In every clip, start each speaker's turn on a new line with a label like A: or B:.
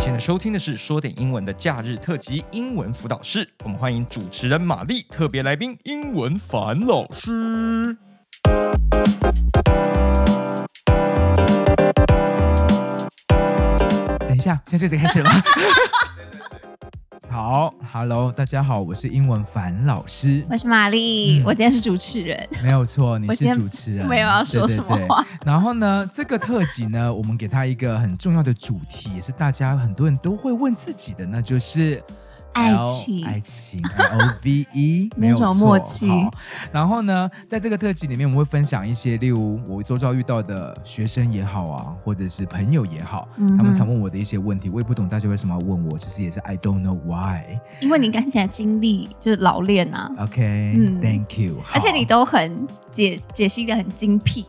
A: 现在收听的是《说点英文》的假日特辑英文辅导室，我们欢迎主持人玛丽，特别来宾英文樊老师。
B: 等一下，现在就开始了。好，Hello，大家好，我是英文樊老师，
C: 我是玛丽，
B: 嗯
C: 我今天是主持人，
B: 没有错，你
C: 我今
B: 是
C: 天
B: 主持人，
C: 没有要说
B: 对对
C: 什么
B: 对
C: 话。
B: 然后呢，这个特辑呢，我们给他一个很重要的主题，也是大家很多人都会问自己的，那就是
C: 爱
B: L-
C: 情
B: 爱情 L O V E，
C: 没有什
B: 错
C: 么默契
B: 好然后呢，在这个特辑里面，我们会分享一些，例如我周遭遇到的学生也好啊，或者是朋友也好，
C: 嗯哼
B: 他们常问我的一些问题，我也不懂大家为什么要问我，其实也是 I don't know why。
C: 因为你看起来经历就是老练啊，嗯
B: OK，Thank、you 好。
C: 而且你都很解解析的很精辟，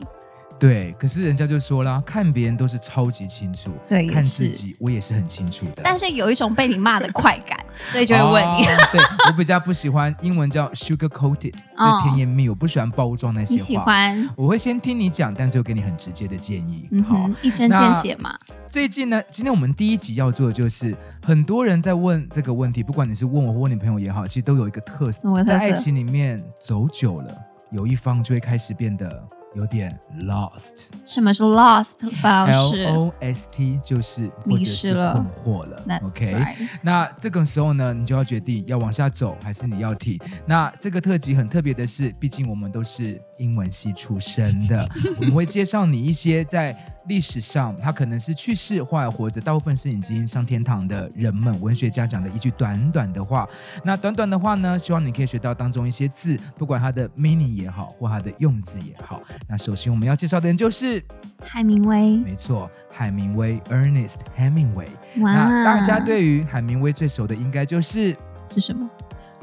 B: 对，可是人家就说啦，看别人都是超级清楚，
C: 对也
B: 看自
C: 是
B: 己我也是很清楚的。
C: 但是有一种被你骂的快 感，所以就会问你，
B: 哦对我比较不喜欢英文叫 sugar coated，就
C: 哦
B: 是甜言蜜语，我不喜欢包装那些话。
C: 你喜？欢，
B: 我会先听你讲，但最后给你很直接的建议。
C: 嗯
B: 好
C: 哼，，一针见血嘛，
B: 最近呢，今天我们第一集要做的就是，很多人在问这个问题，不管你是问我或问你朋友也好，其实都有一个特色，
C: 什么个特色
B: 在爱情里面走久了，有一方就会开始变得有点 lost。
C: 什么是 lost，范老
B: L
C: 师
B: O S T 就是或者
C: 迷
B: 是
C: 失了
B: 困惑了。
C: ，That's
B: OK，、
C: right，
B: 那这个时候呢，你就要决定要往下走，还是你要停。那这个特辑很特别的是，毕竟我们都是英文系出身的， 我们会介绍你一些在历史上他可能是去世或还活着，大部分是已经上天堂的人们，文学家讲的一句短短的话。那短短的话呢，希望你可以学到当中一些字，不管它的 meaning 也好，或它的用字也好。那首先我们要介绍的人就是，
C: 海明威，
B: 没错，海明威 （Ernest Hemingway）。
C: 哇，
B: 那大家对于海明威最熟的应该就是《
C: 是什么？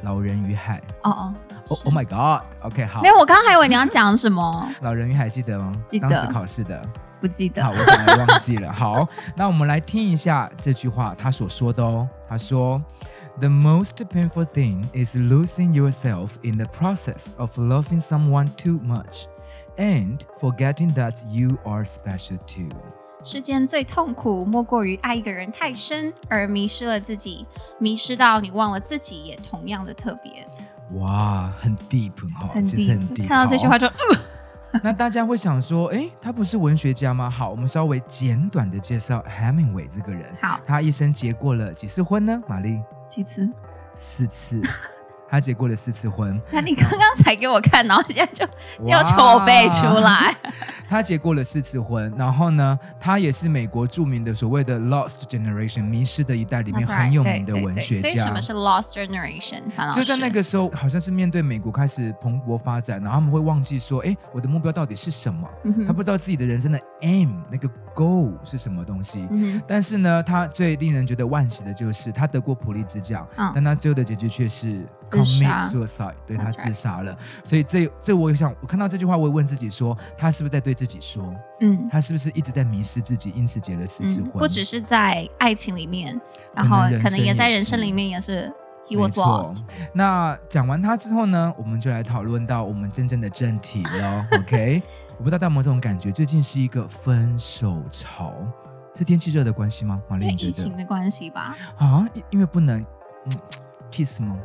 B: 老人与海》
C: 哦哦
B: Oh
C: 是
B: Oh my God！OK，、好
C: 没，有，我刚刚还以为你要讲什么，
B: 《老人与海》记得吗？
C: 记得
B: 当时考试的。
C: 不记得
B: 好，我反而忘记了。好，那我们来听一下这句话他所说的哦。他说：“The most painful thing is losing yourself in the process of loving someone too much.” And forgetting that you are special too。
C: 世间最痛苦，莫过于爱一个人太深而迷失了自己，迷失到你忘了自己，也同样的特别，
B: 哇，很 deep 哈、
C: 很
B: 其实
C: deep
B: 很 deep。
C: 看到这句
B: 好
C: 话就，呃
B: 那大家会想说，诶，他不是文学家吗？好，我们稍微简短的介绍 Hemingway 这个人。
C: 好
B: 他一生结过了几次婚呢？玛丽，
C: 其次，
B: 四 次。他结过了四次婚，
C: 那你刚刚才给我看，然后现在就
B: 嗯哇
C: 要求我背出。来，
B: 他结过了四次婚，然后呢，他也是美国著名的所谓的 Lost Generation 迷失的一代 里面
C: That's right，
B: 很有
C: 对
B: 名的
C: 对
B: 文
C: 对
B: 学家。
C: 所以什么是 lost generation？樊老师
B: 就在那个时候，好像是面对美国开始蓬勃发展，然后他们会忘记说，诶，我的目标到底是什么？
C: 嗯哼
B: 他不知道自己的人生的 aim 那个 goal 是什么东西。
C: 嗯哼
B: 但是呢，他最令人觉得惋惜的就是，他得过普利兹奖，
C: 嗯
B: 但他最后的结局却是
C: 自杀
B: commit suicide，对他
C: That's
B: 自杀了。所以这这，我想我看到这句话，我也问自己说，他是不是在对自己说，
C: 嗯
B: 他是不是一直在迷失自己，因此结了四次
C: 嗯
B: 婚？，
C: 不只是在爱情里面，
B: 可
C: 然
B: 能
C: 后
B: 人
C: 可能
B: 生
C: 也
B: 也
C: 在
B: 是
C: 人生里面也是 he
B: 没
C: was
B: 错
C: lost。。
B: 那讲完他之后呢，我们就来讨论到我们真正的正题喽。OK，我不 知道大家有没有这种感觉，最近是一个分手潮，是天气热的关系吗？玛丽，
C: 因为
B: 你觉
C: 疫
B: 得
C: 情的关系吧，
B: 啊，因因为不能嗯 kiss 吗？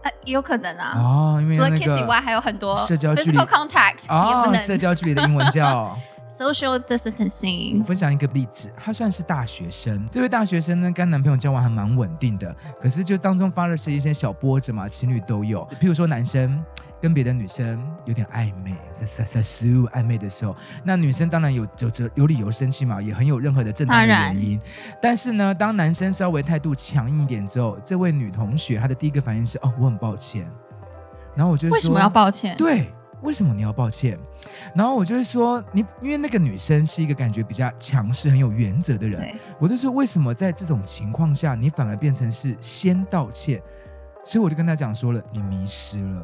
C: 呃，有可能啊。
B: 哦，因为
C: 除了
B: 那
C: kiss 以外，
B: 个
C: 还有很多
B: 社交距离
C: physical contact，、也不
B: 哦，
C: 能
B: 社交距离的英文叫。
C: social
B: 我
C: distancing。
B: 分享一个例子，她算是大学生，这位大学生呢，跟男朋友交往还蛮稳定的，可是就当中发了是一些小波折嘛，情侣都有，譬如说男生。跟别的女生有点暧昧，在在在食物暧昧的时候，那女生当然有有责有理由生气嘛，也很有任何的正当的
C: 当然
B: 原因。但是呢，当男生稍微态度强硬一点之后，这位女同学她的第一个反应是哦，我很抱歉。然后我就
C: 为什么
B: 说
C: 要抱歉？
B: 对，为什么你要抱歉？然后我就会说，你因为那个女生是一个感觉比较强势、很有原则的嗯人，
C: 对，
B: 我就说为什么在这种情况下，你反而变成是先道歉？所以我就跟她讲说了，你迷失了。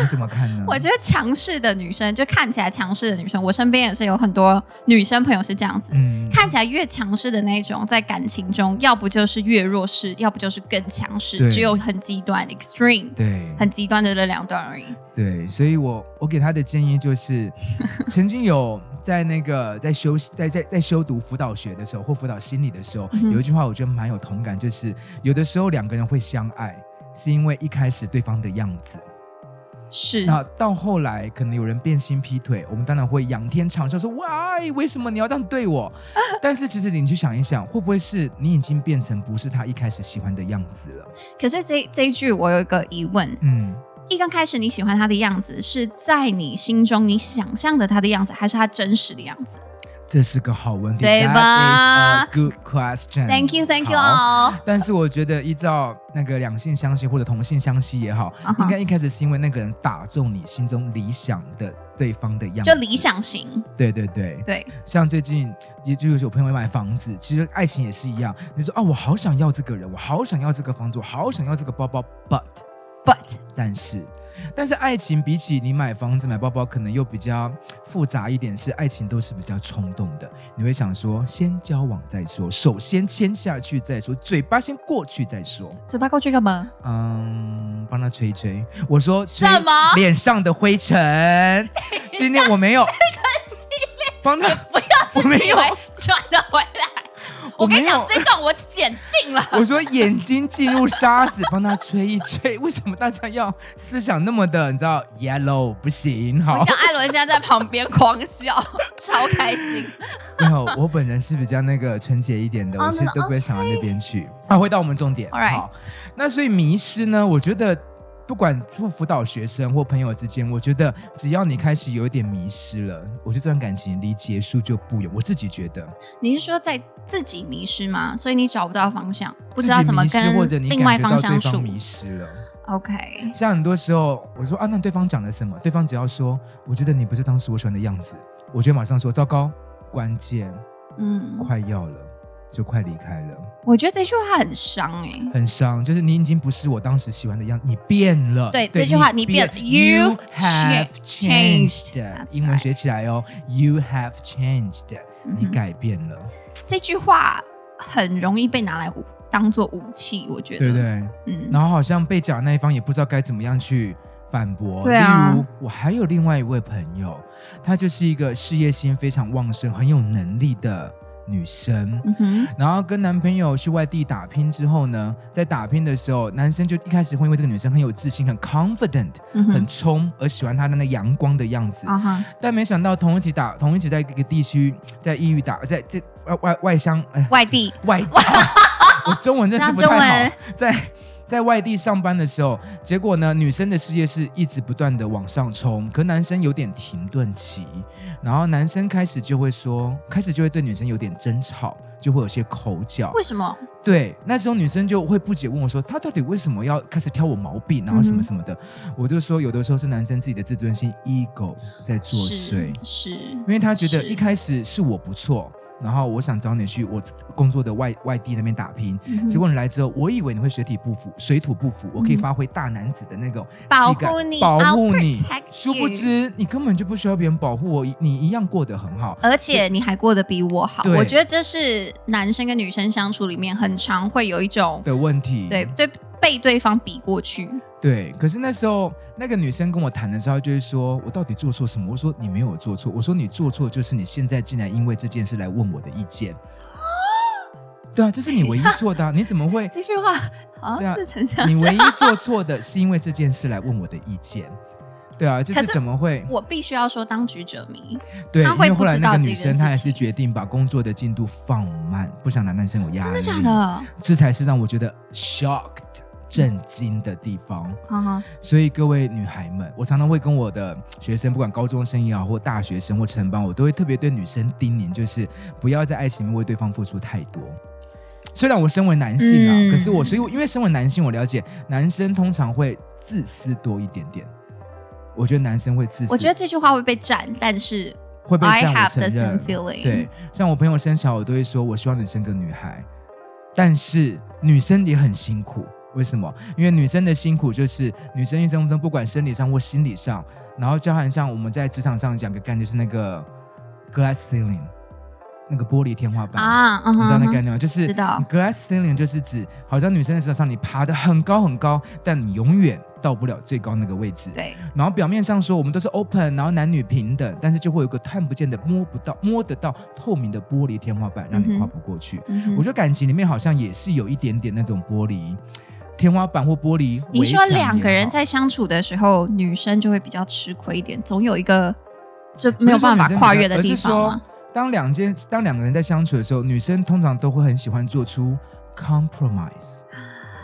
B: 你怎么看呢？
C: 我觉得强势的女生，就看起来强势的女生，我身边也是有很多女生朋友是这样子。
B: 嗯
C: 看起来越强势的那一种，在感情中，要不就是越弱势，要不就是更强
B: 对
C: 势，只有很极端 （extreme）、
B: 对
C: 很极端的这两段而已。
B: 对，所以我我给他的建议 就是，曾经有在那个在修在在在修读辅导学的时候或辅导心理的时候，
C: 嗯哼
B: 有一句话我觉得蛮有同感，就是有的时候两个人会相爱，是因为一开始对方的样子，
C: 是，
B: 那到后来可能有人变心劈腿，我们当然会仰天长啸说 why 为什么你要这样对我？ 但是其实你去想一想，会不会是你已经变成不是他一开始喜欢的样子了？
C: 可是这这一句我有一个疑问：
B: 嗯，
C: 一刚开始你喜欢他的样子，是在你心中你想象的他的样子，还是他真实的样子
B: 这是个好问题，
C: 对
B: That
C: 吧
B: is a Good question。
C: ？Thank you, thank you 哦
B: 好
C: all。
B: 但是我觉得，依照那个两性相吸或者同性相吸也好
C: 啊哈
B: 应该一开始是因为那个人打中你心中理想的对方的样子，
C: 就理。想型，
B: 对对对，
C: 对，
B: 像最近也就有朋友买房子，其实爱情也是一样。你说啊，我好想要这个人，我好想要这个房子，我好想要这个包包，but
C: But
B: 但是，但是爱情比起你买房子、买包包，可能又比较复杂一点。是爱情都是比较冲动的，你会想说，先交往再说，手先牵下去再说，嘴巴先过去再说。
C: 嘴巴过去干嘛？
B: 嗯，帮他吹一吹。我说
C: 什么
B: 吹脸上的灰尘。今天我没有，帮他。
C: 不要自
B: 我没
C: 己以
B: 有
C: 为转得回来。 我跟你
B: 我
C: 讲，
B: 没
C: 这段我剪定了。
B: 我说眼睛进入沙子，帮他吹一吹。为什么大家要思想那么的，你知道 yellow 不行？好
C: 我，讲艾伦现在在旁边狂 笑，超开心。
B: 没有，我本人是比较那个纯洁一点的，
C: 哦
B: 我其实
C: 那
B: 都不会想到那边去。啊，回到我们重点，
C: Alright
B: 好，那所以迷失呢，我觉得。不管不辅导学生或朋友之间，我觉得只要你开始有一点迷失了，我觉得这段感情离结束就不远。我自己觉得，
C: 你是说在自己迷失吗？所以你找不到方向，不知道怎么
B: 自己迷失
C: 跟
B: 或者你
C: 另外
B: 感觉
C: 方
B: 到对
C: 相处
B: 方。迷失了。
C: OK，
B: 像很多时候，我说啊，那对方讲了什么？对方只要说，我觉得你不是当时我喜欢的样子，我就会马上说，糟糕，关键
C: 嗯，
B: 快要了，就快离开了，
C: 我觉得这句话很伤哎、
B: 很伤。就是你已经不是我当时喜欢的样，你变了。
C: 对这句话
B: 你
C: 你变了
B: You
C: You
B: have
C: changed.
B: changed.
C: That's
B: 英文
C: right.
B: 学起来哦，You have changed，
C: 嗯哼
B: 你改变了，
C: 这句话很容易被拿来武当做武器，我觉得。
B: 对不对？
C: 嗯，
B: 然后好像被讲的那一方也不知道该怎么样去反驳。
C: 对啊
B: 例如我还有另外一位朋友，她就是一个事业心非常旺盛、很有能力的女生。
C: 嗯哼，
B: 然后跟男朋友去外地打拼之后呢，在打拼的时候，男生就一开始会因为这个女生很有自信、很 confident、
C: 嗯
B: 很
C: 哼，
B: 冲，而喜欢她的那阳光的样子。
C: 啊哈，
B: 但没想到同一起打，同一起在一个地区，在异域打，在在外外外乡，哎
C: 外地
B: 外地， 我中文真是不太好。在在外地上班的时候，结果呢，女生的事业是一直不断的往上冲，可男生有点停顿期，然后男生开始就会说，开始就会对女生有点争吵，就会有些口角。
C: 为什么？
B: 对，那时候女生就会不解问我说，她到底为什么要开始挑我毛病，然后什么
C: 嗯哼
B: 什么的。我就说，有的时候是男生自己的自尊心 ego 在作祟嗯
C: 是。是
B: 因为他觉得
C: 是
B: 一开始是我不错，然后我想找你去我工作的外外地那边打拼，
C: 嗯哼
B: 结果你来之后，我以为你会水土不服，水土不服，我可以发挥大男子的那种
C: 保
B: 气概
C: 护你
B: 保护
C: I'll
B: 你
C: protect。
B: 殊不
C: you
B: 知你根本就不需要别人保护我，你一样过得很好。
C: 而且你还过得比我好，
B: 对
C: 我觉得这是男生跟女生相处里面很常会有一种
B: 的问题，
C: 对对被对方比过去，
B: 对，啊可是那时候那个女生跟我谈的时候，她就是说我到底做错什么？我说你没有做错，我说你做错就是你现在竟然因为这件事来问我的意见。 对啊，这是你唯一做的、啊，你怎么会
C: 这句话好
B: 对啊
C: 像似曾相
B: 你唯
C: 识。
B: 一做错的是因为这件事来问我的意见。对啊，就
C: 可
B: 是
C: 是
B: 怎么会？
C: 我必须要说，当局者迷。
B: 对，
C: 他
B: 因
C: 会
B: 为后来那个
C: 不知道
B: 女
C: 这件
B: 生
C: 事情
B: 她还是决定把工作的进度放慢，不想男男生有压力。
C: 真的假的？？啊
B: 这才是让我觉得 shocked 震惊的地方。
C: 啊哈，
B: 所以各位女孩们，我常常会跟我的学生，不管高中生也好，或大学生或成班，我都会特别对女生叮咛，就是不要在爱情里面为对方付出太多。虽然我身为男性啊，
C: 嗯
B: 可是我，所以我因为身为男性，我了解男生通常会自私多一点点。我觉得男生会自私，
C: 我觉得这句话会被占，但是
B: 会被
C: I
B: 这样
C: have
B: 承
C: the
B: 认
C: same。feeling。
B: 对，，像我朋友生小，我都会说我希望你生个女孩，但是女生也很辛苦。为什么？因为女生的辛苦就是女生一生中不管生理上或心理上，然后就好像我们在职场上讲个概念，就是那个 glass ceiling，那个玻璃天花板。
C: 啊，嗯
B: 你知道
C: 哼
B: 那概念
C: 哼，
B: 吗？就是
C: 知道
B: glass ceiling 就是指好像女生的职场上你爬得很高很高，但你永远到不了最高那个位置。
C: 对，
B: 然后表面上说我们都是 open，然后男女平等，但是就会有一个看不见的、摸不到、摸得到透明的玻璃天花板，让你跨不过去。
C: 嗯哼
B: 我觉得感情里面好像也是有一点点那种玻璃天花板或玻璃。
C: 你说两个
B: 哦
C: 人在。相处的时候，女生就会比较吃亏一点，总有一个就没有办法跨越的地方
B: 而是
C: 嘛
B: 说。当两件当两个人在相处的时候，女生通常都会很喜欢做出 compromise，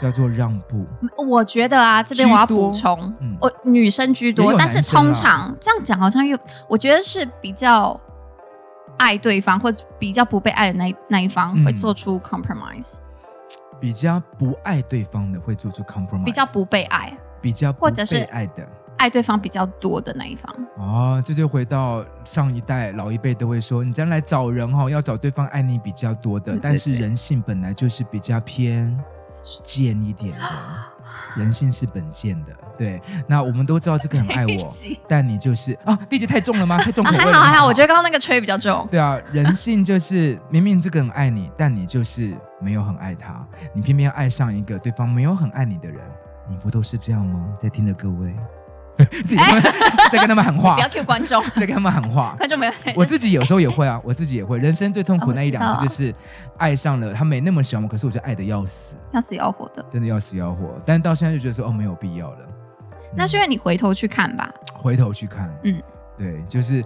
B: 叫做让步。
C: 我觉得啊，这边我要补充
B: 嗯，
C: 我女生居
B: 也
C: 多
B: 有，
C: 但是
B: 男生啊
C: 通常这样讲好像又，我觉得是比较爱对方或者比较不被爱的那一那一方
B: 嗯
C: 会做出 compromise，
B: 比较不爱对方的会做出 compromise，
C: 比较不被爱，
B: 比较不
C: 或者是
B: 被爱的。
C: 爱对方比较多的那一方。
B: 哦，这就回到上一代老一辈都会说，你将来找人哈、哦，要找对方爱你比较多的，
C: 对对
B: 但是
C: 对
B: 人性本来就是比较偏贱一点的，人性是本贱的。对，那我们都知道这个很爱
C: 这一
B: 我
C: 集，
B: 但你就是啊，第一集太重了吗？太重
C: 啊，
B: 口味了
C: 还
B: 吗。
C: 好还好，我觉得刚刚那个吹比较 重。
B: 对啊，人性就是明明这个很爱你，但你就是没有很爱他，你偏偏爱上一个对方没有很爱你的人，你不都是这样吗？在听的各位， 自己 在跟他们在跟他们喊话
C: 不要，Q 观众，
B: 在跟他们喊话。
C: 观众没有。
B: 我自己有时候也会啊，我自己也会。人生最痛
C: 哦
B: 苦
C: 我
B: 那一
C: 知道
B: 两
C: 啊
B: 次就是爱上了他没那么喜欢我，可是我就爱的要死，
C: 要死要活的，
B: 真的要死要活。但到现在就觉得说哦，没有必要了。嗯
C: 那是因为你回头去看吧。
B: 回头去看，嗯
C: 嗯，
B: 对，就是，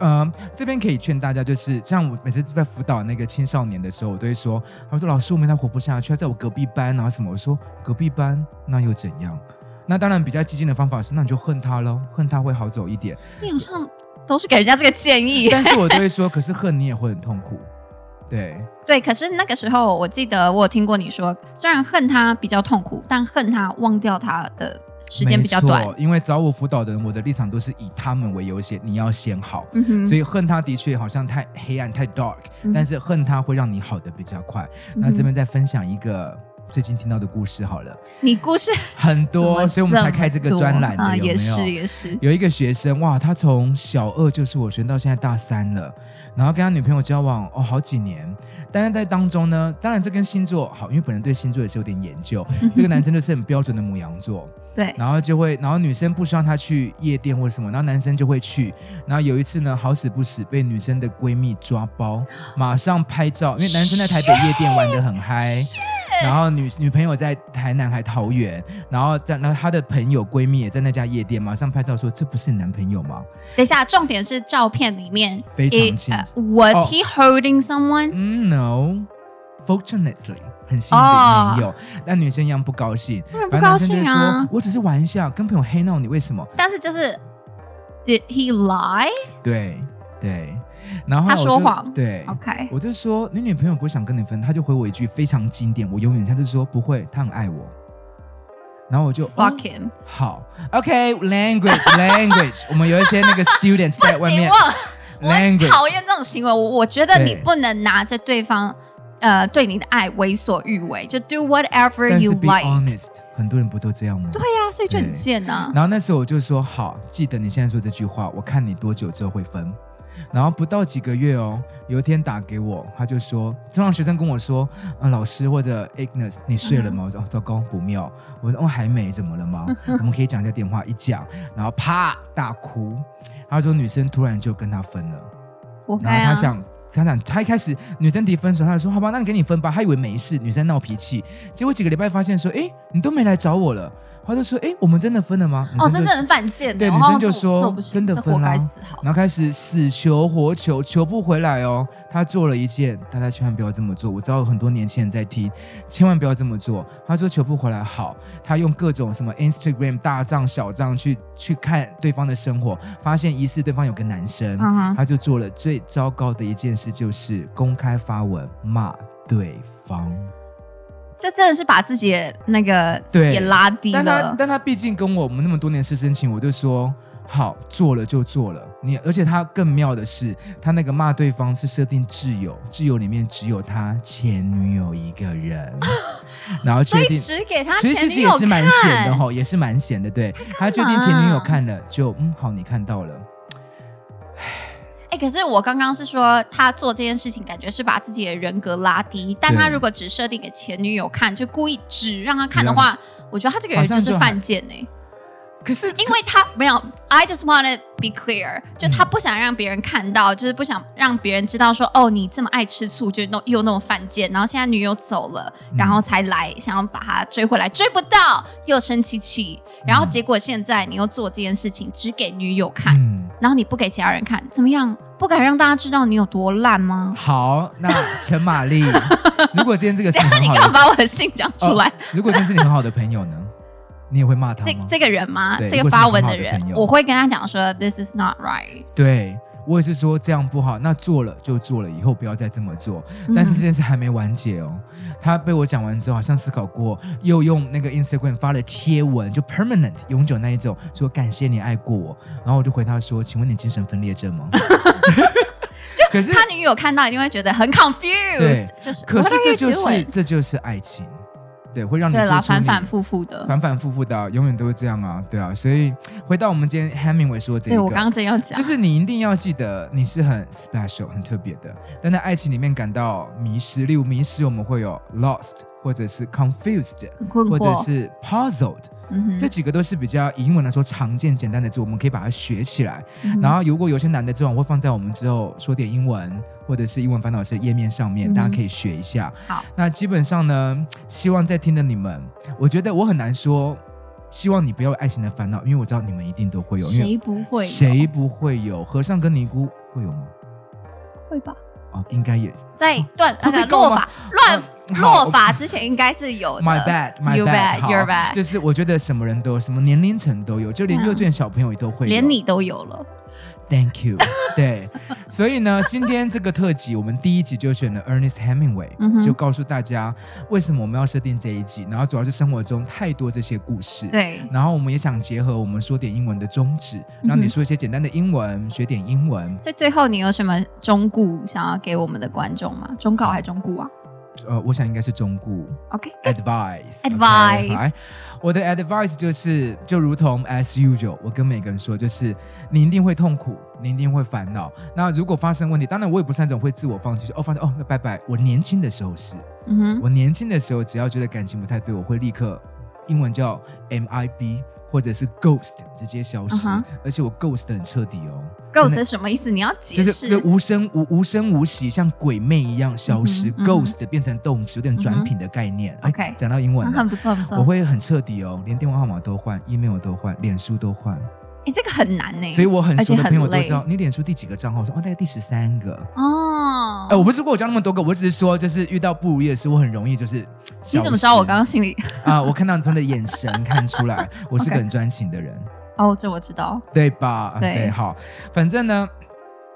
B: 呃，这边可以劝大家，就是像我每次在辅导那个青少年的时候，我都会说，他们说老师，我们他活不下去，他啊在我隔壁班，然后什么，我说隔壁班那又怎样？那当然比较激进的方法是，那你就恨他喽，恨他会好走一点。
C: 你好像都是给人家这个建议。
B: 但是我都会说，可是恨你也会很痛苦，对，
C: 对，可是那个时候我记得我有听过你说，虽然恨他比较痛苦，但恨他忘掉他的时间比较短
B: 没。错，因为找我辅导的人，我的立场都是以他们为优先，你要先好。
C: 嗯哼，
B: 所
C: 以
B: 以恨他的确好像太黑暗、太 dark，、
C: 嗯
B: 但是恨他会让你好的比较快。那这边再分享一个最近听到的故事好了，
C: 你故事
B: 很
C: 怎
B: 多，
C: 么
B: 所以我们才开这个专栏
C: 这么多啊，
B: 的，有没
C: 也是
B: 有？
C: 也是，
B: 有一个学生哇，他从小二就是我学到现在大三了，然后跟他女朋友交往哦好几年，但是在当中呢，当然这跟星座好，因为本人对星座也是有点研究。这个男生就是很标准的母羊座，
C: 对，
B: 然后就会，然后女生不希望他去夜店或什么，然后男生就会去。然后有一次呢，好死不死被女生的闺蜜抓 包，马上拍照，因为男生在台北夜店玩得很
C: Oh,
B: 嗨。然后女女朋友在台南还桃园，然后在然后她的朋友闺蜜也在那家夜店，马上拍照说这不是你男朋友吗？
C: 等一下，重点是照片里面
B: 非常
C: it-
B: 清
C: 呃
B: 楚
C: was
B: 哦
C: he holding someone？
B: 嗯，no，fortunately 很幸运
C: 哦
B: 没有，但女生一样不高兴，
C: 当然不
B: 然后
C: 高
B: 男生就
C: 兴
B: 会
C: 啊
B: 说，我只是玩一下，跟朋友黑闹你为什么？
C: 但是就是 did he lie？OK，、
B: 对对，然后
C: 他
B: 我
C: 说
B: 就
C: 谎
B: 对我就说你女朋友不会想跟你分，他就回我一句非常经典，我永远他就说不会，他很爱我。然后我就
C: fuck
B: 哦
C: him，
B: 好，OK，language language，我们有一些那个 students 在
C: 不
B: 外
C: 行，
B: 面
C: 我我很
B: language，
C: 讨厌这种行为。我我觉得
B: 对
C: 你不能拿着对方呃对你的爱为所欲为，就 do whatever
B: 但
C: you
B: 是 be
C: like。
B: honest，很多人不都这样吗？对。
C: 对啊，所以就很
B: 对
C: 贱啊。
B: 然后那时候我就说好，记得你现在说这句话，我看你多久之后会分。然后不到几个月哦，有一天打给我，他就说，通常学生跟我说，啊，老师或者 Agnes，你睡了吗？我说、哦、糟糕，不妙。我说哦，还没，怎么了吗？ 我们可以讲一下电话，一讲，然后啪大哭。他说女生突然就跟他分了，
C: 活
B: 然
C: 该
B: 后他
C: 啊！
B: 想，他想，他一开始女生提分手，他就说好吧，那你给你分吧。他以为没事，女生闹脾气，结果几个礼拜发现说，哎，你都没来找我了。他就说，哎，我们真的分了吗？
C: 哦，
B: 女生
C: 真
B: 就
C: 的很犯贱欸。
B: 对
C: 哦
B: 女生就
C: 这
B: 说
C: 这我不行
B: 真的
C: 这
B: 分啊
C: 活
B: 啦
C: 该死好了。
B: 然后开始死求活求，求不回来哦。他做了一件，大家千万不要这么做。我知道有很多年轻人在听，千万不要这么做。他说求不回来好，他用各种什么 Instagram 大账小账去去看对方的生活，发现疑似对方有个男生，
C: 嗯哼
B: 他就做了最糟糕的一件事，就是公开发文骂对方。
C: 这真的是把自己的那个
B: 对
C: 也拉低
B: 但他
C: 了。
B: 但他毕竟跟我们那么多年师生情，我就说好做了就做了。你而且他更妙的是，他那个骂对方是设定挚友，挚友里面只有他前女友一个 人，然后
C: 所
B: 确
C: 以
B: 定。
C: 只给他
B: 所以
C: 前
B: 其
C: 女
B: 实也
C: 友
B: 是蛮险的
C: 看，
B: 哈，也是蛮险的。对他确定前女友看了，就嗯好，你看到了，
C: 哎、可是我刚刚是说他做这件事情，感觉是把自己的人格拉低。但他如果只设定给前女友看，就故意只让他看的话，我觉得他这个人就
B: 好像
C: 是
B: 就
C: 犯贱欸呢、
B: 可是
C: 因为他没有，I just want to be clear，就他不想让别人看到，就是不想让别人知道说，哦，你这么爱吃醋，就弄又那么犯贱，然后现在女友走了，然后才来想要把他追回来，追不到又生气气，然后结果现在你又做这件事情，只给女友看，
B: 嗯，
C: 然后你不给其他人看，怎么样？不敢让大家知道你有多烂吗？
B: 好，那陈玛 丽，如果今天这个是
C: 等一下
B: 很
C: 你
B: 好
C: 干嘛
B: 的，哦
C: 把我的信讲出来？
B: 如果今天是你很好的朋友呢，你也会骂他
C: 哦这
B: 吗？
C: 这个人吗？
B: 对
C: 这
B: 如果
C: 个
B: 是
C: 发文
B: 很好
C: 的
B: 的
C: 人
B: 朋，友
C: 我会跟他讲说，This is not right。
B: 对我也是说这样不好，那做了就做了，以后不要再这么做。
C: 嗯
B: 但是这件事还没完结哦，他被我讲完之后，好像思考过，又用那个 Instagram 发了贴文，就 permanent 永久那一种，说感谢你爱过我。然后我就回他说，请问你精神分裂 症吗？可是
C: 他女友看到一定会觉得很 confused，
B: 对
C: 就是
B: 可是
C: "What are
B: 这
C: you
B: 就是
C: doing？"
B: 这就是爱情，对，会让你
C: 对
B: 做
C: 啦，
B: 出
C: 反
B: 你
C: 反复复的。
B: 反反复复的啊、永远都是这样啊，对啊。所以回到我们今天 Hemingway 说的这一
C: 对
B: 个，
C: 我刚刚真要讲，
B: 就是你一定要记得，你是很 special、很特别的。但在爱情里面感到迷失，例如迷失，我们会有 lost，或者是 confused，
C: 很困
B: 或者
C: 惑，
B: 是 puzzled，、
C: 嗯哼
B: 这几个都是比较以英文来说常见、简单的字，我们可以把它学起来。
C: 嗯哼
B: 然后如果有些难的字，我会放在我们之后说点英文，或者是英文烦恼社页面上面，
C: 嗯
B: 大家可以学一下。
C: 好，
B: 那基本上呢，希望在听的你们，我觉得我很难说，希望你不要有爱情的烦恼，因为我知道你们一定都会有，因为
C: 谁不会有？
B: 谁不会有？和尚跟尼姑会有吗？
C: 会吧？
B: 哦，应该也。
C: 在断那
B: 会
C: 个
B: 被告吗
C: 落
B: 哦
C: 法乱
B: 好
C: 落法之前应该是有的。
B: My bad, my
C: You
B: bad,
C: bad,
B: 好
C: you're bad
B: 就是我觉得什么人都有，什么年龄层都有，就连
C: 嗯
B: 幼稚园小朋友也都会有。
C: 连你都有了，
B: ，Thank you 。 对，所以呢，今天这个特辑，我们第一集就选了 Ernest Hemingway，、
C: 嗯哼
B: 就告诉大家为什么我们要设定这一集，然后主要是生活中太多这些故事。。
C: 对，
B: 然后我们也想结合我们说点英文的宗旨，让你
C: 嗯哼
B: 说一些简单的英文，学点英文。
C: 所以最后你有什么忠告想要给我们的观众吗？忠告还是忠告啊
B: 呃，我想应该是中顾。
C: ？OK，
B: advice
C: Advice
B: 来，我的 advice 就是，就如同 as usual，我跟每个人说，就是你一定会痛苦，你一定会烦恼。那如果发生问题，当然我也不是那种会自我放弃，就哦，发现哦，那拜拜。我年轻的时候是，
C: 嗯哼，
B: 我年轻的时候，只要觉得感情不太对，我会立刻英文叫 MIB 或者是 ghost 直接消失
C: 嗯哼
B: 而且我 ghost 得很彻底哦。
C: ghost 是什么意思？你要解
B: 就是就
C: 释。
B: 无声无无声无息，像鬼魅一样消失、
C: 嗯哼
B: g h o s t 变成动词，有点
C: 嗯
B: 转
C: 哼
B: 品的概念。哎
C: OK
B: 讲到英文
C: 啊
B: 了，
C: 很不错，不错。
B: 我会很彻底哦，连电话号码都换，email 都换，脸书都换，
C: 哎，这个很难呢。
B: 所以我很熟的朋友
C: 而且很
B: 都
C: 累
B: 知道你脸书第几个账号，我说哦大概第十三个。
C: 哦
B: 哎、，我不是说我交那么多个，我只是说就是遇到不如意的事，我很容易就是。
C: 你怎么知道我刚刚心里？
B: 啊、我看到你的眼神看出来，我是个
C: OK
B: 很专情的人，
C: 哦，这我知道。
B: 对吧？
C: 对
B: 好，反正呢，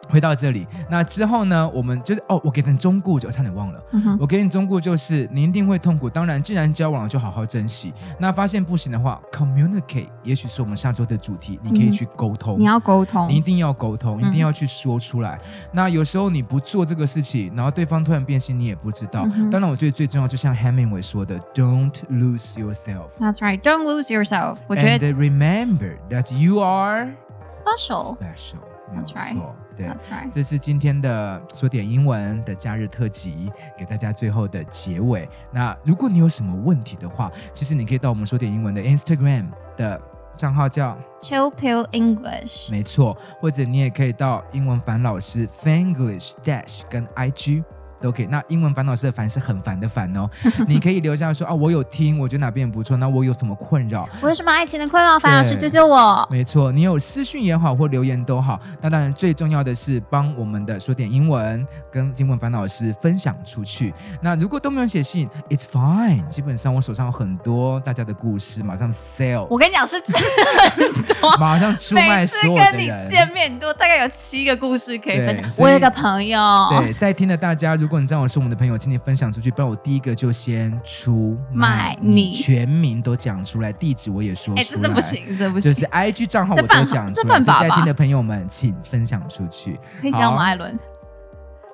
B: 回到这里，那之后呢，我们就是哦，我给你忠告，就差点忘了。
C: 嗯哼，
B: 我给你忠告就是，你一定会痛苦。当然，既然交往了，就好好珍惜。那发现不行的话，communicate，也许是我们下周的主题，你可以去沟通。
C: 嗯你要沟通
B: 你一。定要沟通，
C: 嗯
B: 一定要去说出来。那有时候你不做这个事情，然后对方突然变心，你也不知道。
C: 嗯哼
B: 当然，我觉得最重要，就像 Hemingway 说的，Don't lose yourself。
C: That's right. Don't lose yourself. 我觉
B: And
C: 得
B: remember that you are
C: special.
B: special，没有
C: That's right
B: 错，对。
C: That's right.
B: 这是今天的说点英文的假日特辑，给大家最后的结尾。那如果你有什么问题的话，其实你可以到我们说点英文的 Instagram 的账号叫
C: Chill pill English.
B: 没错，或者你也可以到英文烦老师 Fanglish Dash 跟 IG。都可以。那英文烦老师的烦是很烦的烦哦，你可以留下说啊，我有听，我觉得哪边不错，那我有什么困扰，
C: 我有什么爱情的困扰？樊老师
B: 对
C: 救救我！
B: 没错，你有私讯也好，或留言都好。那当然，最重要的是帮我们的说点英文跟英文烦恼师分享出去。那如果都没有写信，It's fine。基本上我手上有很多大家的故事，马上 sell，
C: 我跟你讲是真的很多。
B: 马上出卖
C: 每次
B: 所有的
C: 跟你
B: 人。
C: 见面，你都大概有七个故事可以分
B: 对
C: 享。
B: 所以
C: 我有个朋友，
B: 对，在听的大家，如果你这样我是我们的朋友，请你分享出去，不然我第一个就先出
C: 卖 你
B: 全名都讲出来，地址我也说
C: 哎，
B: 出
C: 这
B: 来。
C: 真不行，这不
B: 就
C: 行，
B: 是 I G 账号我
C: 这
B: 都
C: 犯
B: 讲出
C: 法这
B: 来，
C: 犯
B: 所
C: 法
B: 以在听
C: 吧
B: 的朋友们，请分享出去，
C: 可以讲
B: 好
C: 我们艾伦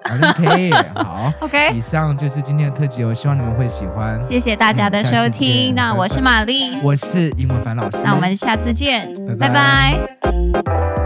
B: 好像可以。 好，嗯
C: ，OK？
B: 以上就是今天的特辑，我希望你们会喜欢。
C: 谢谢大家的
B: 嗯下次
C: 收
B: 见
C: 听，那
B: 拜
C: 我是
B: 拜
C: 玛丽，
B: 我是英文凡老师，
C: 那我们下次见，
B: 拜
C: 拜
B: 拜
C: 拜